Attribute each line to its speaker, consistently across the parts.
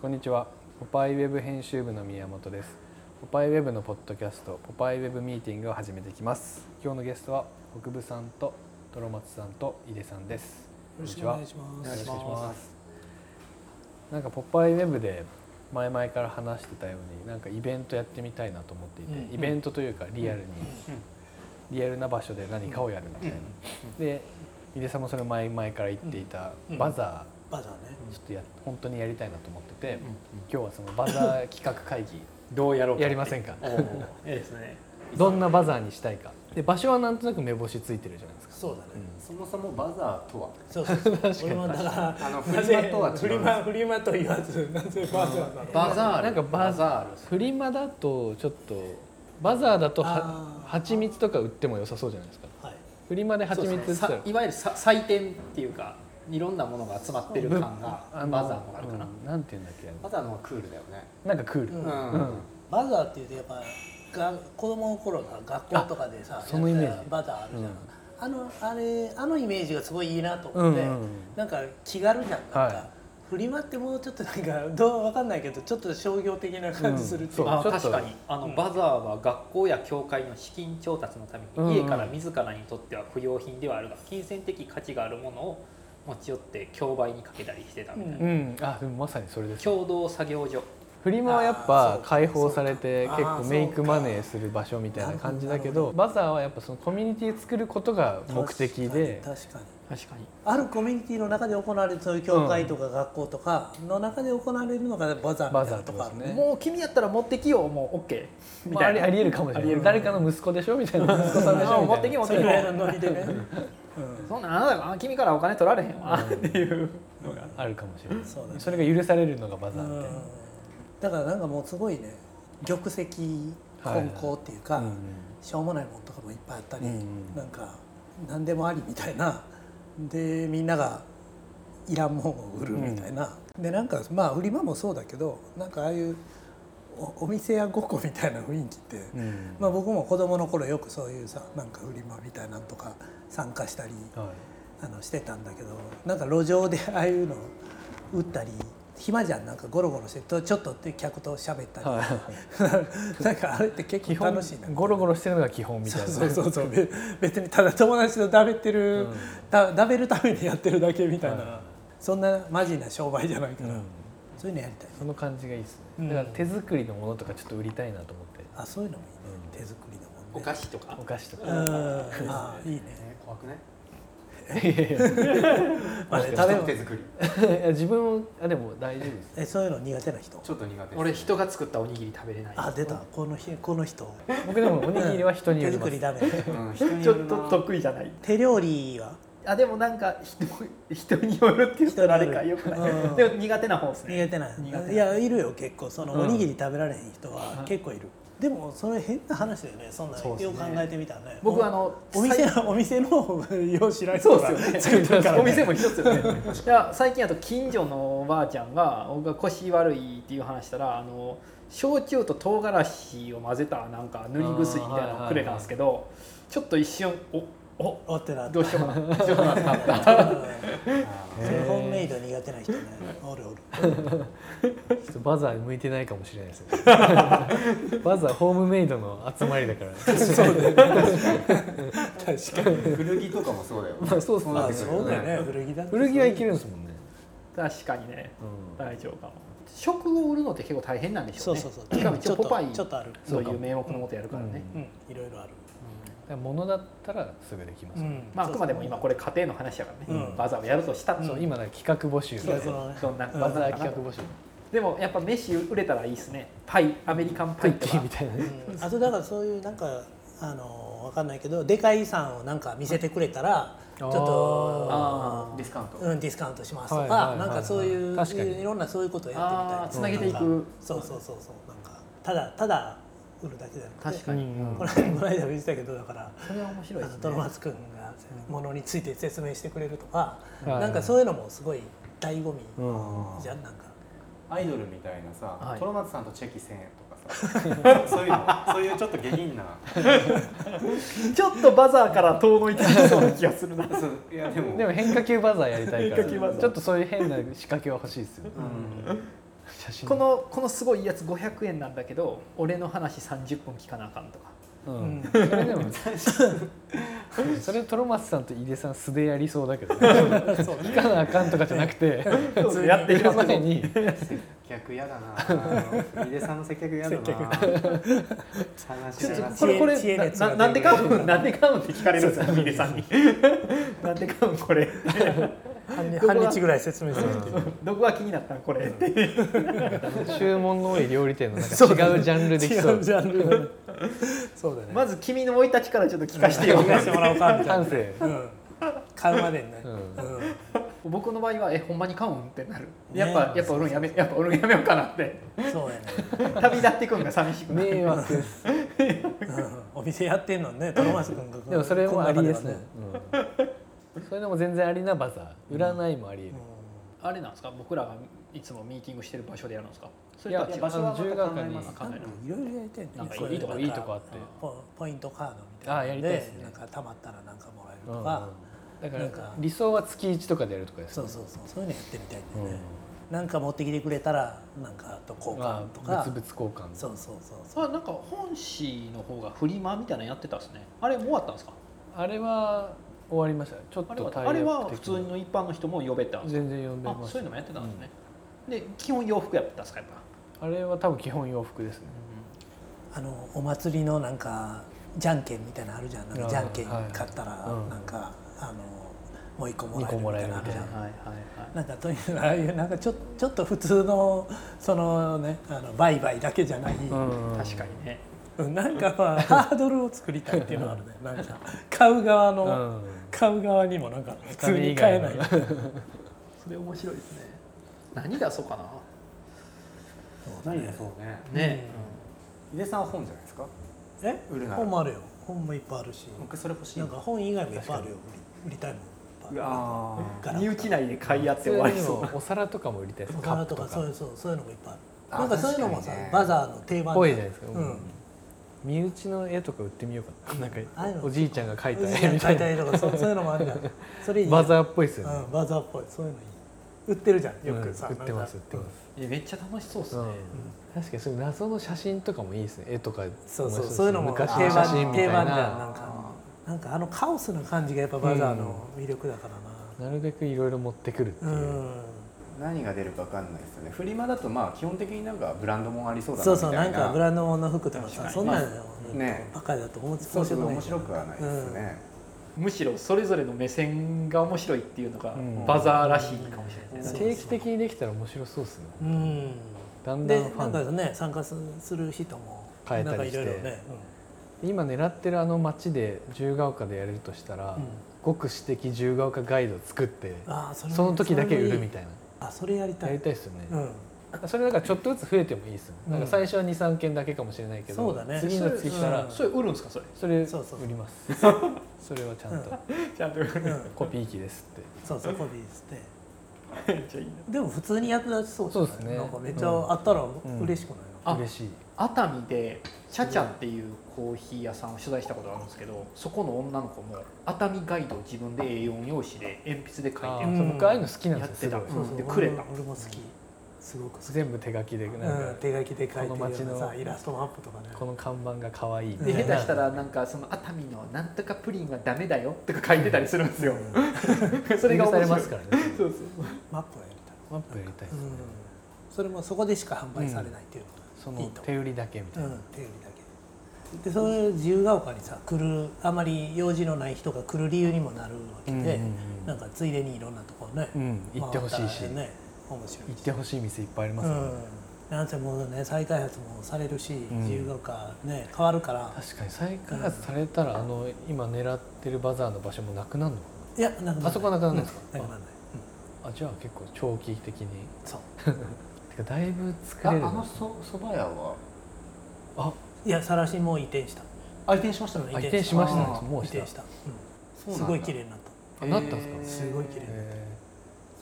Speaker 1: こんにちは。ポパイウェブ編集部の宮本です。ポパイウェブのポッドキャスト、ポパイウェブミーティングを始めていきます。今日のゲストは北部さんとト松さんと井出さんです。
Speaker 2: よろしくお願いします。
Speaker 1: よろしくお願いします。なんかポパイウェブで前々から話してたように、なんかイベントやってみたいなと思っていて、
Speaker 2: うん
Speaker 1: イベントというかリアルに、リアルな場所で何かをやるみたいな。で、井出さんもそれ前々から言っていた
Speaker 2: うん
Speaker 1: バザ
Speaker 2: バザーね。
Speaker 1: ー、ちょっとや本当にやりたいなと思ってて、今日はそのバザー企画会 議。
Speaker 3: どうやろうか
Speaker 1: やりませんか
Speaker 3: おー
Speaker 2: いいですね。
Speaker 1: どんなバザーにしたいかで場所はなんとなく目星ついてるじゃないですか
Speaker 2: そうだね。
Speaker 3: そもそもバザーとは
Speaker 2: そうそうそう。俺もだから
Speaker 3: あのフリマとは違うんです
Speaker 2: フリマフリマと言わずなぜバザーなの。
Speaker 3: バザール
Speaker 1: なんかバザ
Speaker 3: ザー
Speaker 1: フリマだとちょっとバザーだとは
Speaker 2: あー
Speaker 1: 蜂蜜とか売っても良さそうじゃないですか
Speaker 2: はい。
Speaker 1: フリマで
Speaker 3: ルそ
Speaker 1: 蜂
Speaker 3: う
Speaker 1: 蜜売って
Speaker 3: です
Speaker 1: た
Speaker 3: ね
Speaker 1: ら、
Speaker 3: さいわゆるさ祭典っていうかいろんなものが集まってる感が
Speaker 1: あの
Speaker 3: バザーの方があるかな、
Speaker 1: うんなんて言うんだっけあれ
Speaker 3: バザーの方がクールだよね
Speaker 1: なんかクール、
Speaker 2: う
Speaker 3: うんん、
Speaker 2: バザーっていうとやっぱが子供の頃さ学校とかでさ
Speaker 1: そのイメージ
Speaker 2: やってたバザーあるじゃん。
Speaker 1: うん
Speaker 2: あのあれあのイメージがすごいいいなと思って、
Speaker 1: うんうんうん
Speaker 2: なんか気軽じゃんなんか。
Speaker 1: はい
Speaker 2: フリマってもうちょっとなんかどうわかんないけどちょっと商業的な感じするっていう
Speaker 1: うん
Speaker 2: か、
Speaker 3: あ
Speaker 1: ちょっと
Speaker 3: 確かにあの、
Speaker 2: うん
Speaker 3: バザーは学校や教会の資金調達のために、
Speaker 1: うんうん
Speaker 3: 家から自らにとっては不要品ではあるが金銭的価値があるものを持ち寄って競売にかけたりしてたみたいな、
Speaker 2: う
Speaker 1: うん、あでもまさにそれです
Speaker 3: 共同作業所
Speaker 1: フリマはやっ
Speaker 2: あー
Speaker 1: ぱ
Speaker 2: そうか
Speaker 1: 解放されて
Speaker 2: そう
Speaker 1: 結
Speaker 2: かあー
Speaker 1: 構メイクマネーする場所みたいな感じだけどバザーはやっぱそのコミュニティ作ることが目的で
Speaker 2: 確かに確かに
Speaker 3: 確かに
Speaker 2: あるコミュニティの中で行われるそういう教会とか学校とかの中で行われるのがバザーみた
Speaker 1: バザ
Speaker 2: いなとかある
Speaker 1: ーってことですね
Speaker 2: ね。
Speaker 3: もう君やったら持ってきようもう OK み
Speaker 1: まあ、
Speaker 3: た
Speaker 1: あ
Speaker 3: い
Speaker 1: り
Speaker 3: な、
Speaker 1: ありえるかもしれ
Speaker 3: あり
Speaker 1: な
Speaker 3: え
Speaker 1: い
Speaker 3: る
Speaker 1: 誰かの息子でしょみたいな息子さんでしょみ
Speaker 3: 持ったて
Speaker 1: い
Speaker 3: き
Speaker 1: な
Speaker 3: 持っ
Speaker 2: そ
Speaker 3: て
Speaker 2: れ
Speaker 3: き
Speaker 2: ぐらいのノリでね。
Speaker 3: そんなんあなたがあ君からお金取られへんわっていうのが
Speaker 1: あるかもしれない
Speaker 2: そうだね
Speaker 1: それが許されるのがバ
Speaker 2: う
Speaker 1: ザーみ
Speaker 2: ん
Speaker 1: たいな。
Speaker 2: だからなんかもうすごいね玉石混交っていうか、
Speaker 1: うん
Speaker 2: しょうもないものとかもいっぱいあったり、
Speaker 1: うん
Speaker 2: なんか何でもありみたいなでみんながいらんもんを売るみたいな、でなんかまあ売り場もそうだけどなんかああいうおお店やごっこみたいな雰囲気って、
Speaker 1: うん
Speaker 2: まあ、僕も子供の頃よくそういうさなんか売り場みたいなのとか参加したり
Speaker 1: はい
Speaker 2: あのしてたんだけどなんか路上でああいうの打ったり暇じゃんなんかゴロゴロしてとちょっとって客と喋ったり、
Speaker 1: は
Speaker 2: なんかあれって結
Speaker 1: 基
Speaker 2: 構
Speaker 1: 本
Speaker 2: 楽しいな
Speaker 1: ゴロゴロしてるのが基本みたいな
Speaker 2: そうそうそうそうべ別にただ友達とだべってる、
Speaker 1: うん
Speaker 2: だだべるためにやってるだけみたいな、
Speaker 1: は
Speaker 2: そんなマジな商売じゃないから、
Speaker 1: うん
Speaker 2: そういうのやりたい
Speaker 1: その感じがいいです
Speaker 2: う
Speaker 1: ね
Speaker 2: ん
Speaker 1: だから手作りのものとかちょっと売りたいなと思って
Speaker 2: あそういうのもいいね、手作りだもんね
Speaker 3: お菓子とか
Speaker 1: お菓子と
Speaker 2: うん
Speaker 1: か
Speaker 2: ああいいね、
Speaker 3: 怖くない
Speaker 1: いやいやい
Speaker 2: まあね、
Speaker 3: 食
Speaker 2: 食べ物
Speaker 3: べ手作り
Speaker 1: や自分をあでも大丈夫です
Speaker 2: えそういうの苦手な人
Speaker 4: ちょっと苦手です
Speaker 3: 俺人が作ったおにぎり食べれない
Speaker 2: あ出たこの日この人
Speaker 1: 僕でもおにぎりは人によ
Speaker 2: 手
Speaker 1: ります
Speaker 2: 作りダメ
Speaker 4: うん、人に
Speaker 3: ち
Speaker 4: よ
Speaker 3: ょっ
Speaker 4: るな
Speaker 3: と得意じゃない
Speaker 2: 手料理は
Speaker 3: あでもなんか人人によるっていうとあ れかよくない、
Speaker 2: うん
Speaker 3: でも苦手な方ですね
Speaker 2: 苦手なん
Speaker 3: 苦手
Speaker 2: いやいるよ結構その
Speaker 1: うん
Speaker 2: おにぎり食べられへん人は結構いる、でもそれ変な話だよねそんな
Speaker 3: そう
Speaker 2: の
Speaker 3: です
Speaker 2: よ
Speaker 3: ね
Speaker 2: く考えてみたらね
Speaker 3: 僕あの
Speaker 2: お店のお店のよう知らん 人
Speaker 3: そう
Speaker 2: が
Speaker 3: です
Speaker 2: 作っ
Speaker 3: よね
Speaker 2: てるからね
Speaker 3: お店も一つよね いや最近あと近所のおばあちゃんが僕が腰悪いっていう話したらあの焼酎と唐辛子を混ぜたなんか塗り薬みたいなのをくれたんですけど、ちょっと一瞬おお
Speaker 2: おってなって
Speaker 3: どうしようかなどうしようかなってなった
Speaker 2: それ本メイド苦手な人ねおるおる
Speaker 1: ちょっとバザー向いてないかもしれないですね バザーホームメイドの集まりだから
Speaker 2: 確かに
Speaker 4: 古着とかもそうだよ、
Speaker 1: まあそうっすね
Speaker 4: な
Speaker 2: ま
Speaker 4: っ
Speaker 2: あ
Speaker 4: てくる
Speaker 2: そうだよね古着だって
Speaker 1: 古着はいけるんですもんね
Speaker 3: 確かにね
Speaker 1: うん
Speaker 3: 大丈夫かも食を売るのって結構大変なんでし
Speaker 2: そ
Speaker 3: ょう
Speaker 2: う
Speaker 3: ね
Speaker 2: そうそう
Speaker 3: しかも一応ポパイ
Speaker 2: ちょっとある
Speaker 3: という名目のもとやるからね、
Speaker 2: うんいろいろある
Speaker 1: だから物だったらすぐできますよね
Speaker 3: まああくまでも今こ
Speaker 2: れ
Speaker 3: れ家庭の話やからね、
Speaker 2: うん
Speaker 3: バザーをやるとしたら、
Speaker 1: そう今だから企画募集
Speaker 2: 企画のね
Speaker 3: そんな
Speaker 2: うん
Speaker 3: バ
Speaker 1: バ
Speaker 3: ザ
Speaker 1: ザ
Speaker 3: ー
Speaker 1: ー
Speaker 3: 企
Speaker 1: 企
Speaker 3: 画
Speaker 1: 画募集
Speaker 3: でもやっぱ飯売れたらいいですねパイアメリカンパ
Speaker 1: ク
Speaker 3: イ
Speaker 1: ッ
Speaker 3: と
Speaker 1: キー
Speaker 3: か
Speaker 1: みたいなね
Speaker 2: うんあとだからそういうなんかあのわかんないけどでかい遺産をなんか見せてくれたらちょっ
Speaker 3: あ
Speaker 2: と
Speaker 4: ディスカウント、
Speaker 2: うん、ディスカウントしますとか、
Speaker 1: はいはいはいはい
Speaker 2: なんかそういう
Speaker 1: 確かに
Speaker 2: いろんなそういうことをや
Speaker 3: ああ
Speaker 2: って
Speaker 3: つ
Speaker 2: みた
Speaker 3: ないげてい
Speaker 2: な
Speaker 3: く、
Speaker 2: んかそうそうそうそうなんかただただ売るだけじゃなくて
Speaker 3: 確かに、
Speaker 1: うんうん
Speaker 2: この間この間も言ってたけどだから
Speaker 3: それは面白い
Speaker 2: あ
Speaker 3: で
Speaker 2: の
Speaker 3: す
Speaker 2: トロ
Speaker 3: ね
Speaker 2: マツ君がものについて説明してくれるとか、
Speaker 1: はいはい
Speaker 2: なんかそういうのもすごい醍醐味
Speaker 1: うん
Speaker 2: じゃんなんか
Speaker 4: アイドルみたいなさ、
Speaker 3: はい
Speaker 4: トロマツさんとチェキ1000円 とかさそうそういうのそういうちょっと下品な
Speaker 3: ちょっとバザーから遠のいてきそうな気がする な
Speaker 4: そういやでも
Speaker 1: でも変化球バザーやりたいから
Speaker 3: 変化球バザー
Speaker 1: ちょっとそういう変な仕掛けは欲しいですよね
Speaker 4: うん、
Speaker 1: 写真
Speaker 3: このこのすごいやつ500円なんだけど俺の話30分聞かなあかんとか
Speaker 1: うん、それ でもそれトロマツさんと井出さん素でやりそうだけど、ね、聞かなあかんとかじゃなくて普通に
Speaker 3: やって
Speaker 1: や
Speaker 3: る
Speaker 1: る
Speaker 3: 前
Speaker 1: 前
Speaker 3: に
Speaker 1: に
Speaker 4: 接客嫌だ な。井出さんの接客嫌だな。
Speaker 2: 接
Speaker 4: 話
Speaker 3: ちょっ
Speaker 4: し
Speaker 3: と
Speaker 4: ます
Speaker 3: これこ
Speaker 2: 知恵
Speaker 3: れ
Speaker 2: 知恵熱が
Speaker 3: なな
Speaker 2: 出る
Speaker 3: なんで買うんなんで買うんって聞かれるんですよ峰さ んになんで買うんこれ
Speaker 2: 半日
Speaker 3: こは
Speaker 2: 半日ぐらい説明するっていう、
Speaker 3: どこが気になったんこれって
Speaker 1: 注文の多い料理店のなんか
Speaker 2: そうだね
Speaker 1: 違うジャンルでき
Speaker 2: 違
Speaker 1: そう
Speaker 2: うジャンルだねそうだね
Speaker 3: まず君の生い立ちからちょっと聞かせてよ
Speaker 2: 聞かせてもらおうかみたい
Speaker 1: 感
Speaker 2: な、
Speaker 1: 性、
Speaker 2: うん、買うまでにね、
Speaker 1: うん
Speaker 2: うん
Speaker 3: 僕の場合はえほんまに買うんってなる
Speaker 2: ね
Speaker 3: やっぱ、やっぱおるんやめやっぱおるんやめようかな って
Speaker 2: そうやね、
Speaker 3: 旅立っていくんが寂しくなる
Speaker 1: 迷惑です
Speaker 2: うん、お店やってんのにねトロマス君が
Speaker 1: でもそれもありですね
Speaker 2: こんな
Speaker 1: う
Speaker 2: 中
Speaker 1: んそれでも全然ありなバザー占いもありえる
Speaker 2: はね、
Speaker 3: あれなんですか僕らがいつもミーティングしてる場所でやるんですかそ
Speaker 1: い
Speaker 3: れ
Speaker 1: や
Speaker 3: と
Speaker 1: あ
Speaker 3: は違
Speaker 1: の
Speaker 3: う
Speaker 4: 場所はまた考
Speaker 1: 10
Speaker 4: え
Speaker 1: 月に
Speaker 4: ます
Speaker 3: 考えない
Speaker 2: うんいろいろやってんね
Speaker 3: なんか
Speaker 2: それ
Speaker 3: いいとこ
Speaker 2: なん
Speaker 3: いいとこあって
Speaker 2: ポポイントカードみたいなの
Speaker 1: あやりたいですね
Speaker 2: なんかたまったらなんかもらえる
Speaker 1: うんう
Speaker 2: と
Speaker 1: ん
Speaker 2: か、
Speaker 1: だか
Speaker 2: なん
Speaker 1: ら
Speaker 2: か
Speaker 1: 理想は月1とかでやるとかです
Speaker 2: そ
Speaker 1: ね
Speaker 2: うそうそうそういうのやってみたいんだ
Speaker 1: う
Speaker 2: よね
Speaker 1: ん、
Speaker 2: なんか持ってきてくれたらなんかと交
Speaker 1: あ
Speaker 2: 換とか
Speaker 1: 物々交換
Speaker 2: そうそうそうそう
Speaker 3: あなんか本誌の方がフリマみたいなのやってたんですねあれもう終わったんですか
Speaker 1: あれは終わりましたちょっ
Speaker 3: あれ
Speaker 1: と
Speaker 3: は
Speaker 1: 体力的に
Speaker 3: あれは普通の一般の人も呼べたんですか
Speaker 1: 全然呼んで
Speaker 3: あ
Speaker 1: ます
Speaker 3: そういうのもやってたんですね、で基本洋服やったんですかやっぱ、
Speaker 1: あれは多分基本洋服ですね
Speaker 2: あのお祭りのなんかじゃんけんみたいなのあるじゃんなんかじゃんけん
Speaker 1: はい
Speaker 2: 買ったら
Speaker 1: うん
Speaker 2: なんか、あのもう一個もらえ
Speaker 1: 二個
Speaker 2: るみ
Speaker 1: もら
Speaker 2: た
Speaker 1: え
Speaker 2: い
Speaker 1: る
Speaker 2: な
Speaker 1: みたいな
Speaker 2: のあるじゃん
Speaker 3: はいはいはい
Speaker 2: なんかとにかくああいうなんかちょちょっと普通のそのねあの売買だけじゃない、
Speaker 3: 確かにね
Speaker 2: うんなんかまあハードルを作りたいっていうのはあるねなんか買う側の、
Speaker 1: うん
Speaker 2: 買う側にもなんか普通に買えない
Speaker 1: お金以外の
Speaker 2: そう
Speaker 3: それ面白いですね何出そうかな
Speaker 2: だ
Speaker 4: 何
Speaker 2: ね
Speaker 4: でそうね。
Speaker 3: ね、
Speaker 4: 井出さんは本じゃないですか。
Speaker 2: え
Speaker 4: 売るなら
Speaker 2: 本もあるよ本もいっぱいあるし
Speaker 4: 僕それ欲しい
Speaker 2: なんか。本以外もいっぱいあるよ売り売りたいもんいっぱいある
Speaker 4: ああ。
Speaker 2: ガラ
Speaker 3: 身内内で買い合っ
Speaker 1: 普通
Speaker 3: て終わり
Speaker 1: に
Speaker 3: そう
Speaker 1: もお皿とかも売りたいです
Speaker 2: お
Speaker 1: カッ
Speaker 2: 皿
Speaker 1: プ
Speaker 2: と
Speaker 1: と
Speaker 2: か
Speaker 1: か
Speaker 2: そういうそうそういうのもいっぱいあ
Speaker 4: あ
Speaker 2: るなんかそういうのも
Speaker 4: 確
Speaker 2: さ
Speaker 4: かにね
Speaker 2: バザーの定番
Speaker 1: 多いじゃないですか、
Speaker 2: うん
Speaker 1: 身内の絵とか売ってみようかななんか
Speaker 2: ああいうの
Speaker 1: おじいちゃんが描いた
Speaker 2: う
Speaker 1: 絵
Speaker 2: ん
Speaker 1: みた
Speaker 2: 買い
Speaker 1: いな
Speaker 2: たいとかそうそういうのもあるじ ゃんそれいい
Speaker 1: バザーっぽいですよね
Speaker 2: ー、うん、バザーっぽいそういうのいい売ってるじゃんよ
Speaker 1: うん
Speaker 2: くさ、
Speaker 1: 売ってます売っ
Speaker 2: なんか
Speaker 1: てます、
Speaker 3: えめっちゃ楽しそうで
Speaker 1: う
Speaker 3: すね、
Speaker 1: ん確かにそういう謎の写真とかもいいですね絵とか
Speaker 2: そう
Speaker 1: 面白い
Speaker 2: そう
Speaker 1: し
Speaker 2: そういうのも定
Speaker 1: 昔
Speaker 2: 番
Speaker 1: の写真みた
Speaker 2: 定
Speaker 1: い
Speaker 2: 番じゃんな
Speaker 1: なん
Speaker 2: かなんかあのカオスな感じがやっぱバザーの魅力だから
Speaker 1: なるべくいろいろ持ってくるっていう、
Speaker 2: なうん、
Speaker 4: 何が出るかわかんないですよね。フリマだとまあ基本的になんかブランドもんありそうだな
Speaker 2: そう
Speaker 4: みた
Speaker 2: そ
Speaker 4: いうな。
Speaker 2: なんかブランド物の服とかさ
Speaker 3: 確かに
Speaker 2: そんなの
Speaker 4: ね
Speaker 2: ばっかりだと思う
Speaker 4: そうそう
Speaker 2: 白
Speaker 4: 面白
Speaker 2: く
Speaker 4: く
Speaker 2: ない
Speaker 4: はないですね。
Speaker 3: むしろそれぞれの目線が面白いっていうのが
Speaker 1: うん
Speaker 3: バザーらしいかもしれないですね、
Speaker 1: 定期的にできたら面白そうですね
Speaker 2: うん
Speaker 1: だんだん
Speaker 2: で
Speaker 1: フ
Speaker 2: な
Speaker 1: ァ
Speaker 2: ん
Speaker 1: ン
Speaker 2: かね参加する人も
Speaker 1: 変えたりして
Speaker 2: なんかいろいろね、
Speaker 1: 今狙ってるあの町で十ヶ丘でやれるとしたら、
Speaker 2: うん
Speaker 1: ごく私的十ヶ丘ガイド作って
Speaker 2: あーそれも
Speaker 1: その時だけ売るみ
Speaker 2: い
Speaker 1: たいな
Speaker 2: なあそれやりた
Speaker 1: やり
Speaker 2: い
Speaker 1: たいですよね、
Speaker 2: うん
Speaker 1: それだからちょっとずつ増えてもいいですよ、
Speaker 2: うん
Speaker 1: なんか最初は23件だけかもしれないけど
Speaker 2: そうだね
Speaker 1: 次の月来たら
Speaker 2: うん
Speaker 3: それ売るんですかそれ
Speaker 1: それ売
Speaker 2: そうそう
Speaker 1: ります それはちゃんと
Speaker 3: ちゃんと売る
Speaker 2: うん
Speaker 1: コピー機ですって
Speaker 2: そう そうコピーして
Speaker 3: めっちゃいいな
Speaker 2: でも普通に役立ちそうじゃない
Speaker 1: そうですね
Speaker 2: なんかめっちゃあったら嬉しくないの、
Speaker 3: あ
Speaker 1: 嬉しい
Speaker 3: 熱海でチャチャっていうコーヒー屋さんを取材したことがあるんですけどそこの女の子も熱海ガイドを自分で A4 用紙で鉛筆で書い
Speaker 1: あ
Speaker 3: て
Speaker 1: ー
Speaker 2: うん
Speaker 1: そう僕ああいうの好きなんですよ
Speaker 3: やってた
Speaker 1: す
Speaker 3: そ
Speaker 1: ご
Speaker 3: う
Speaker 1: い
Speaker 3: そうでくれた
Speaker 2: 俺も俺も好きすごく好き、
Speaker 1: 全部手書きでな
Speaker 2: うん
Speaker 1: か
Speaker 2: ん、手書きで書いて
Speaker 1: こ
Speaker 2: る
Speaker 1: の街
Speaker 2: よう
Speaker 1: の
Speaker 2: なさイラストマップとかね
Speaker 1: この看板が可愛いみ
Speaker 2: うん
Speaker 1: い
Speaker 3: で
Speaker 1: な
Speaker 3: 下手したらなんかその熱海のなんとかプリンはダメだよとか書いてたりするんですよ それが
Speaker 1: 許さ
Speaker 3: 面
Speaker 1: れ
Speaker 3: 白
Speaker 1: ま
Speaker 3: い
Speaker 1: すからね
Speaker 3: そうそう
Speaker 2: マップはやりたい、
Speaker 1: マップやりたいです
Speaker 2: う
Speaker 1: ね
Speaker 2: ん、それもそこでしか販売されないっていうのが、
Speaker 1: そ
Speaker 2: いい
Speaker 1: の
Speaker 2: と思、
Speaker 1: 手売りだけみたいうな、
Speaker 2: うん、手売りだけでそういう自由が丘にさ来るあまり用事のない人が来る理由にもなるわけで、
Speaker 1: うんうんうん
Speaker 2: なんかついでにいろんなところね、
Speaker 1: うん行ってほしいし
Speaker 2: 回ったらね面白い
Speaker 1: 行
Speaker 2: し
Speaker 1: ってほしい店いっぱいあります
Speaker 2: う
Speaker 1: よね、
Speaker 2: ん、なんせもうね再開発もされるし、
Speaker 1: ん
Speaker 2: 自由が丘ね変わるから
Speaker 1: 確かに再開発されたら、あの今狙ってるバザーの場所もなくなるのか
Speaker 2: いやなん
Speaker 1: なあそこはなくなるんですか、
Speaker 2: なくならない、
Speaker 1: あじゃあ結構長期的に
Speaker 2: そう
Speaker 1: てかだいぶ
Speaker 4: あ
Speaker 1: 作
Speaker 4: あ
Speaker 1: れるな
Speaker 4: のそ蕎麦屋は
Speaker 1: あ
Speaker 2: いやさらしもう移転した
Speaker 4: あ移転しました
Speaker 2: 移
Speaker 1: あ移転しました
Speaker 4: あ
Speaker 1: ね
Speaker 4: ー
Speaker 1: も
Speaker 2: 移
Speaker 1: うし
Speaker 2: 転したた、、
Speaker 4: そううんなん
Speaker 2: す
Speaker 4: だ
Speaker 2: ごい綺麗になった
Speaker 1: あなったんですか
Speaker 2: すごい綺麗
Speaker 1: へ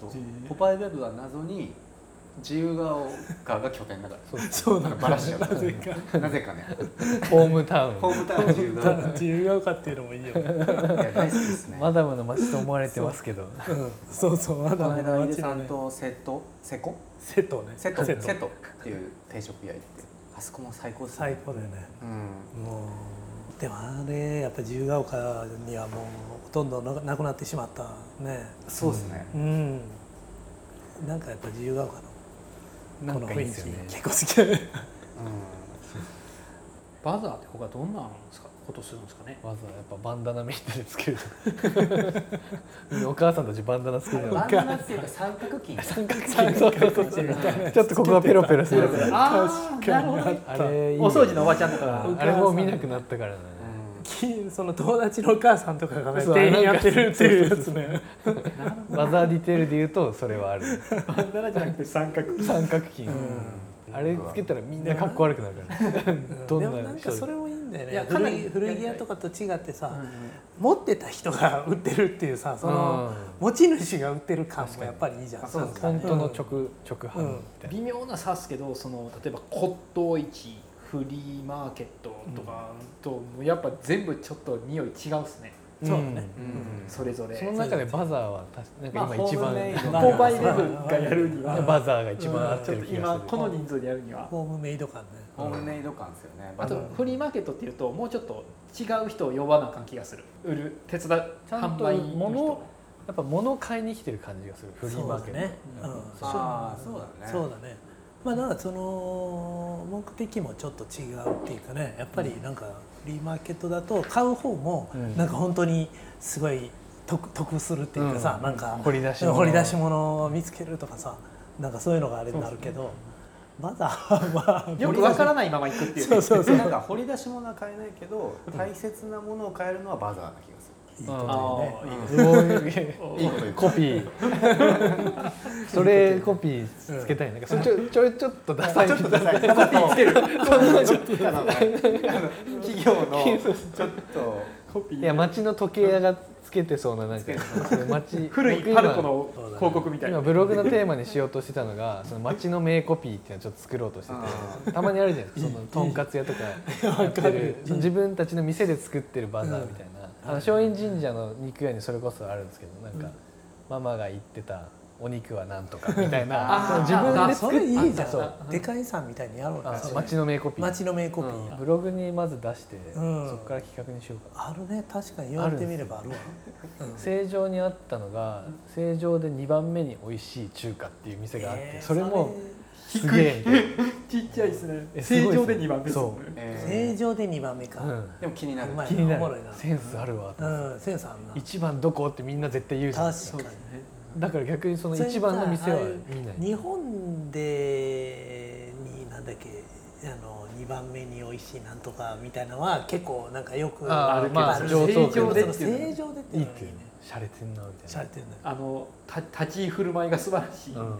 Speaker 4: そうポパイウェブは謎に自由が丘が拠点だから
Speaker 2: そうなん
Speaker 4: バラしち ゃ
Speaker 2: なぜか
Speaker 4: うなぜかね
Speaker 1: ホームタウン
Speaker 4: ホームタウン自由が 丘
Speaker 2: 自由が丘っていうのもいい よ、うん、
Speaker 4: いや大好きですね
Speaker 1: マダムの街と思われてますけど
Speaker 2: そうそうま
Speaker 4: こ
Speaker 2: だ
Speaker 4: の
Speaker 2: ま
Speaker 4: 間
Speaker 2: だ
Speaker 4: 井出さんと瀬戸瀬古
Speaker 2: 瀬戸ね
Speaker 4: 瀬戸瀬
Speaker 2: 戸
Speaker 4: 戸っていう定食屋行ってあそこも最高ですね
Speaker 2: 最高だよね
Speaker 4: うん
Speaker 2: もうでもあれやっぱ自由が丘にはもうほとんどななくなってしまったね
Speaker 4: そうですね
Speaker 2: うんなんかやっぱ自由が丘
Speaker 1: な
Speaker 2: のこ
Speaker 1: ん
Speaker 2: の
Speaker 1: かいい
Speaker 2: 雰囲
Speaker 1: で
Speaker 2: 気
Speaker 1: すよね
Speaker 2: 結構好きだね
Speaker 3: バザーって他どんなのあるんですかことするんですかね
Speaker 1: まずはやっぱバンダナみんなでつける お母さんたちバンダナつける
Speaker 4: うん
Speaker 1: の
Speaker 4: 真ん中っていうか三角筋
Speaker 1: 三角形 そうそう そうちょっとここがペロペロするやつ
Speaker 3: ああなるほどね
Speaker 1: あれいい
Speaker 3: お掃除のおばちゃんとか
Speaker 1: あれもう見なくなったからね
Speaker 2: きその友達のお母さんとかがね
Speaker 1: そう
Speaker 2: 店員やってるっていうやつね
Speaker 1: バザーディテールで言うとそれはある
Speaker 3: バンダナじゃなくて三角
Speaker 1: 三角筋
Speaker 4: うん
Speaker 1: あれつけたらみんなかっこ悪くなるからどん
Speaker 2: で
Speaker 1: な
Speaker 2: もなんかそれもいいんだよね
Speaker 3: いやかな
Speaker 2: 古
Speaker 3: り
Speaker 2: い古着屋とかと違ってさ、持ってた人が売ってるっていうさその、持ち主が売ってる感もやっぱりいいじゃん
Speaker 4: 確かにあそうです
Speaker 1: 本
Speaker 4: ね
Speaker 1: 当の直直販みたいな
Speaker 3: 微妙な差っすけどその例えば骨董市フリーマーケットとかと、もうやっぱ全部ちょっと匂い違うっすね
Speaker 2: そうだね
Speaker 4: うん
Speaker 3: それぞれ
Speaker 1: その中でバザーは確か
Speaker 4: ま
Speaker 1: なんか
Speaker 4: あ
Speaker 1: 今一番
Speaker 4: ホームメイド
Speaker 1: バ
Speaker 4: な
Speaker 3: 購買レベルがやるには
Speaker 1: ザーが一番合っ
Speaker 3: ち
Speaker 1: て
Speaker 3: ょっ
Speaker 1: る
Speaker 3: と
Speaker 1: 気が
Speaker 3: 今
Speaker 1: する
Speaker 3: この人数でやるには
Speaker 2: ホームメイド感ね
Speaker 4: ホームメイド感ですよね
Speaker 3: あとフリーマーケットっていうともうちょっと違う人を呼ばなあかん気がする売る手伝う
Speaker 1: ちゃん
Speaker 3: 販
Speaker 1: と
Speaker 3: 売員の
Speaker 1: 物
Speaker 3: 人
Speaker 1: をやっぱ物を買いに来てる感じがするフリーマーケット
Speaker 2: そうだねうん
Speaker 4: ああそうだね
Speaker 2: そうだねまあなんかその目的もちょっと違うっていうかねやっぱりなんかフリーマーケットだと買う方も
Speaker 1: うん
Speaker 2: なんか本当にすごい得得するっていうかさ、
Speaker 1: うん
Speaker 2: なんか
Speaker 1: 掘り出し物
Speaker 2: 掘り出し物を見つけるとかさなんかそういうのがあれになるけど、まだは
Speaker 3: よくわからないまま行くっていうね
Speaker 2: そうそうそう
Speaker 4: なんか掘り出し物は買えないけど大切なものを買えるのはバザーな気がす
Speaker 2: いい
Speaker 1: うん
Speaker 2: こ
Speaker 3: あ
Speaker 2: とだよね
Speaker 3: ーいい
Speaker 1: すごい
Speaker 4: るいいこと言う
Speaker 1: コピーそれコピーつけたいなんかそれちょちょいちょっとダサいみたいな
Speaker 4: コピーつけるあのあの企業のちょっと
Speaker 3: コピー
Speaker 1: いや町の時計屋がつけてそうななんか町
Speaker 3: 古い
Speaker 1: 僕今
Speaker 3: パルコの広告みたい
Speaker 1: 今
Speaker 3: な
Speaker 1: ブログのテーマにしようとしてたのがその街の名コピーっていうのをちょっと作ろうとしててたまにあるじゃないですかそのとんかつ屋 とかやってるその自分たちの店で作ってるバザーみたいな、あの松陰神社の肉屋にそれこそあるんですけどなんか、ママが言ってたお肉はなんと かみたいなその自分で
Speaker 2: そ
Speaker 1: 作っ
Speaker 2: れいいじゃ
Speaker 1: そ
Speaker 2: んでかいさんみたいにやろう
Speaker 1: あ
Speaker 2: な
Speaker 1: そう
Speaker 2: それ
Speaker 1: 街の名コピー
Speaker 2: 街の名コピー、
Speaker 1: うんブログにまず出して、
Speaker 2: うん
Speaker 1: そこから企画にしようかな
Speaker 2: あるね確かに言われてみればあるわ
Speaker 1: 成城にあったのが成城で2番目に美味しい中華っていう店があって、
Speaker 2: えー
Speaker 1: それも
Speaker 3: 低い
Speaker 1: すげえみたいな。
Speaker 3: ちっちゃいですね
Speaker 1: えすごいです
Speaker 3: 正常で2番ですもんね
Speaker 2: 正
Speaker 4: え
Speaker 2: 常で2番目か、
Speaker 1: うん
Speaker 4: ーでも気になる
Speaker 2: うまい
Speaker 1: 気にな
Speaker 2: おもろ
Speaker 1: る
Speaker 2: いな
Speaker 1: センスあるわ、
Speaker 2: うん、センスあるな。
Speaker 1: 一番どこってみんな絶対言うじゃん
Speaker 2: 確か
Speaker 1: だから逆にその一番の店は見ない
Speaker 2: に。日本で、に、なんだっけ、あの、二番目に美味しいなんとかみたいなのは、結構なんかよく
Speaker 1: あー
Speaker 2: るけど。
Speaker 1: まあ上
Speaker 2: 正
Speaker 1: 等
Speaker 2: 常で、
Speaker 3: 感
Speaker 2: 正常でって
Speaker 1: い
Speaker 2: い
Speaker 1: いうっ
Speaker 2: のが
Speaker 1: て
Speaker 2: い
Speaker 1: い
Speaker 2: い
Speaker 1: う
Speaker 2: ね
Speaker 1: ね。洒落てんなみ
Speaker 2: しゃ
Speaker 1: たい
Speaker 2: れてるね。
Speaker 3: あのた立ち居振る舞いが素晴らしい、
Speaker 1: な、
Speaker 2: あ、
Speaker 1: うん、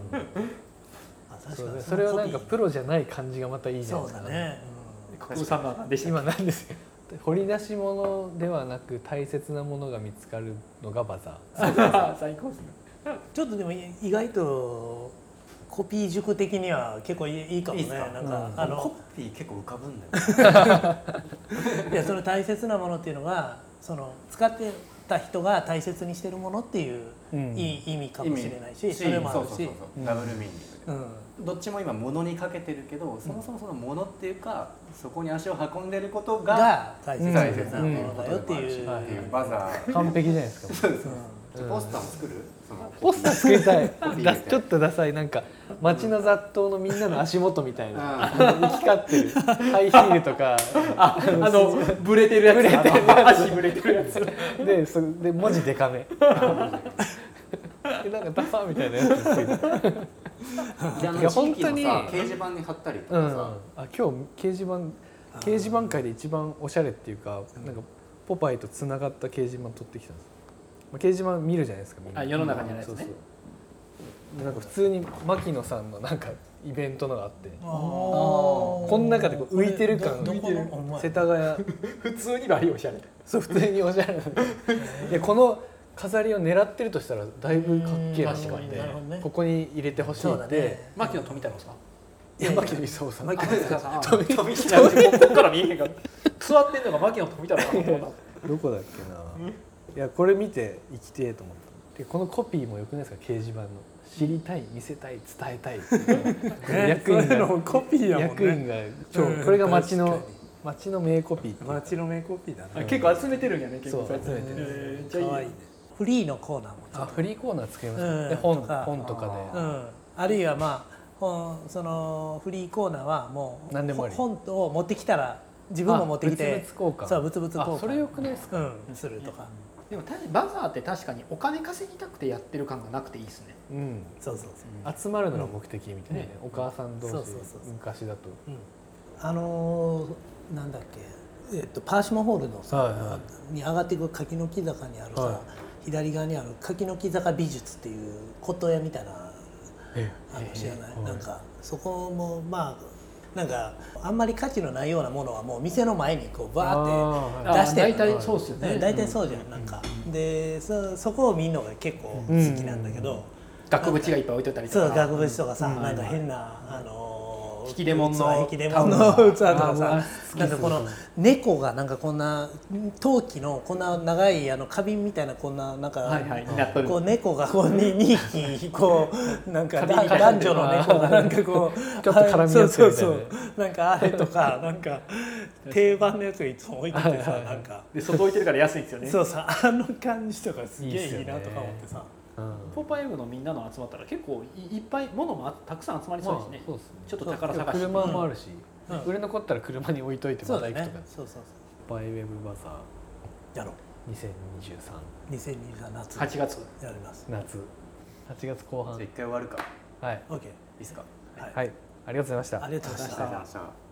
Speaker 2: 確
Speaker 1: そう
Speaker 2: かに。
Speaker 1: ねそれはなんかプ
Speaker 2: ロ。
Speaker 1: ロじゃない感じがまたいいじゃない
Speaker 2: そ
Speaker 1: で
Speaker 2: う
Speaker 1: すか
Speaker 2: だね。
Speaker 3: 国産がでした
Speaker 1: 今なんですよ 掘り出し物ではなく大切なものが見つかるのがバザー
Speaker 3: 最高ですね
Speaker 2: うんちょっとでも、い意外と。コピー塾的には結構いいいいかも
Speaker 4: いい
Speaker 2: ね。
Speaker 4: っすか
Speaker 2: なんか、
Speaker 1: うん
Speaker 2: あ
Speaker 4: あのコ
Speaker 2: の、
Speaker 4: ピー結構浮かぶんだよね
Speaker 2: いや、その大切なものっていうのが、その使ってた人が大切にしてるものっていう。
Speaker 1: うん
Speaker 2: いい意味かもしれないし、それもある
Speaker 4: そうそう
Speaker 2: し
Speaker 4: そう、そ
Speaker 1: う
Speaker 4: う
Speaker 1: ん
Speaker 4: ダブルミーニン
Speaker 2: う
Speaker 4: グ
Speaker 2: ん、
Speaker 4: でどっちも今物にかけてるけどそもそもその物っていうかそこに足を運んでることが
Speaker 2: が大切
Speaker 1: うん
Speaker 2: なものだよっていう。
Speaker 1: うん
Speaker 4: っていうバザー
Speaker 1: 完璧じゃないですか
Speaker 4: そうですね
Speaker 1: うん
Speaker 4: ポスターも作るその
Speaker 1: ポスターつけ た
Speaker 4: コピ
Speaker 1: い
Speaker 4: ー
Speaker 1: だちょっとダサいなんか街の雑踏のみんなの足元みたいな
Speaker 4: うん
Speaker 1: 行き交 ってるハイヒールとか
Speaker 3: あ あのブレてるやつあの足ブレてるやつ
Speaker 1: でそで文字でかめえなんかダサーみたいなやつつけて
Speaker 4: であの
Speaker 1: いや
Speaker 4: 地域の
Speaker 1: 本当に
Speaker 4: さ掲示板に貼ったりと
Speaker 1: う
Speaker 4: か
Speaker 1: ん、
Speaker 4: さ
Speaker 1: あ今日掲示板掲示板界で一番おしゃれっていうかなんかポパイとつながった掲示板撮ってきたんです、まあ、掲示板見るじゃないですかみんな
Speaker 3: あ世の中にあるやつね
Speaker 1: そうそうでなんか普通に牧野さんのなんかイベントのがあって
Speaker 2: こ
Speaker 1: この中でこう浮いてる感
Speaker 2: どどこのお
Speaker 1: 世
Speaker 2: 前
Speaker 1: 田 谷
Speaker 3: 普通にバリオシャレ
Speaker 1: そう普通におしゃれないやこの飾りを狙ってるとしたらだいぶかっけえなと思っ
Speaker 2: うん
Speaker 1: て
Speaker 2: なるほどね
Speaker 1: ここに入れてほしい
Speaker 2: そう
Speaker 1: っ
Speaker 2: だ
Speaker 1: て、
Speaker 2: ね
Speaker 3: 牧野富太郎さん
Speaker 1: いや牧野勲さん
Speaker 3: あ富太郎さんあ
Speaker 4: 飛び飛び
Speaker 3: ちょっとここから見えへんから座ってんのが牧野富太郎さんの方だ
Speaker 1: どこだっけないやこれ見て生きてえと思ったでこのコピーもよくないですか掲示板の知りたい見せたい伝え たいっていう役員
Speaker 2: そういう
Speaker 1: が
Speaker 2: のもコピーやもん
Speaker 1: 役員
Speaker 2: ね
Speaker 1: が超
Speaker 2: うん
Speaker 1: これが町の
Speaker 2: 確かに
Speaker 1: 町の名コピーっていうか
Speaker 2: 街の名コピーだね
Speaker 3: 結構集めてるんやね結構
Speaker 1: そう集めてる
Speaker 3: えーじゃあいい
Speaker 2: 可愛いねフリーのコーナーもちょ
Speaker 1: あ
Speaker 2: っ
Speaker 1: フリーコーナー作りました、
Speaker 2: うん
Speaker 1: で本
Speaker 2: とか
Speaker 1: 本と
Speaker 2: と、う
Speaker 1: か
Speaker 2: ん、あるいはまあほんそのフリーコーナーはもう
Speaker 1: 何でもあり
Speaker 2: ほ本を持ってきたら自分も持ってき
Speaker 1: あ
Speaker 2: て
Speaker 1: 物々交換
Speaker 2: そう物々交換
Speaker 1: あそれ良くないです
Speaker 2: か、うん、するとか
Speaker 3: でもたバザーって確かにお金稼ぎたくてやってる感がなくていいですね
Speaker 1: で、うん、
Speaker 2: そうそう
Speaker 1: 集まるのが目的みたいなね、
Speaker 3: ね
Speaker 1: お母さん同士
Speaker 2: そうそうそうそう
Speaker 1: 昔だと
Speaker 2: そう、うん、あのーなんだっけ、えっと、パーシモンホールのさ、
Speaker 1: はいは
Speaker 2: に上がっていく柿の木坂にあるさ、
Speaker 1: はい
Speaker 2: 左側にある柿の木坂美術っていう骨董屋みたいな
Speaker 1: え
Speaker 2: あの知らない、
Speaker 1: はい
Speaker 2: なんかそこもまあなんかあんまり価値のないようなものはもう店の前にこうバーっ
Speaker 1: あ
Speaker 2: 出して
Speaker 3: 大体そうっすよ
Speaker 2: て、
Speaker 3: ね
Speaker 2: ね、大体そうじゃん、なんかでそそこを見るのが結構好きなんだけど、
Speaker 3: 額縁がいっぱい置いといたりと
Speaker 2: そう
Speaker 3: か
Speaker 2: 額縁とかさ、
Speaker 1: うん
Speaker 2: なんか変な、あのー
Speaker 3: 引き出物の
Speaker 2: 器引き出物
Speaker 3: タオ
Speaker 2: の
Speaker 3: ル
Speaker 2: 器とか
Speaker 1: あー
Speaker 2: さ
Speaker 1: 好き
Speaker 2: なんかこの猫がなんかこんな陶器のこんな長いあの花瓶みたいなこんななんか、
Speaker 3: はいはいなっとる
Speaker 2: こう猫がこうに2匹こうなんか
Speaker 3: 壁に
Speaker 2: 男
Speaker 3: かかってる
Speaker 2: 女の猫がなんかこう
Speaker 1: ちょっと絡み合ってるみたいなね
Speaker 2: そうそうそうなんかあれとかなんか定番のやつがいつも置いててさなんか
Speaker 3: で外置いてるから安いんですよね
Speaker 2: そうさあの感じとかすげえいいなとか思ってさ
Speaker 1: うん
Speaker 3: ポーパイエグのみんなの集まったら結構いいっぱい物もあたくさん集まりそうですね,、
Speaker 1: まあそうですね
Speaker 3: ちょっと宝探し
Speaker 1: 車もあるし、
Speaker 2: うん
Speaker 1: 売れ残ったら車に置いといて
Speaker 2: そ
Speaker 1: ま
Speaker 2: う
Speaker 1: た
Speaker 2: だ
Speaker 1: 行くと
Speaker 2: ね
Speaker 1: か、
Speaker 2: そうそうそう
Speaker 1: バイウェブバザ
Speaker 2: やろう
Speaker 1: ー2023
Speaker 2: 2023夏
Speaker 3: 8月
Speaker 2: やります
Speaker 1: 夏8月後半
Speaker 4: 一回終わるかい
Speaker 1: はい、
Speaker 2: OK
Speaker 4: いですか
Speaker 2: はい
Speaker 1: はい、ありがとうございました
Speaker 2: ありがとうございました
Speaker 4: ありがとうございました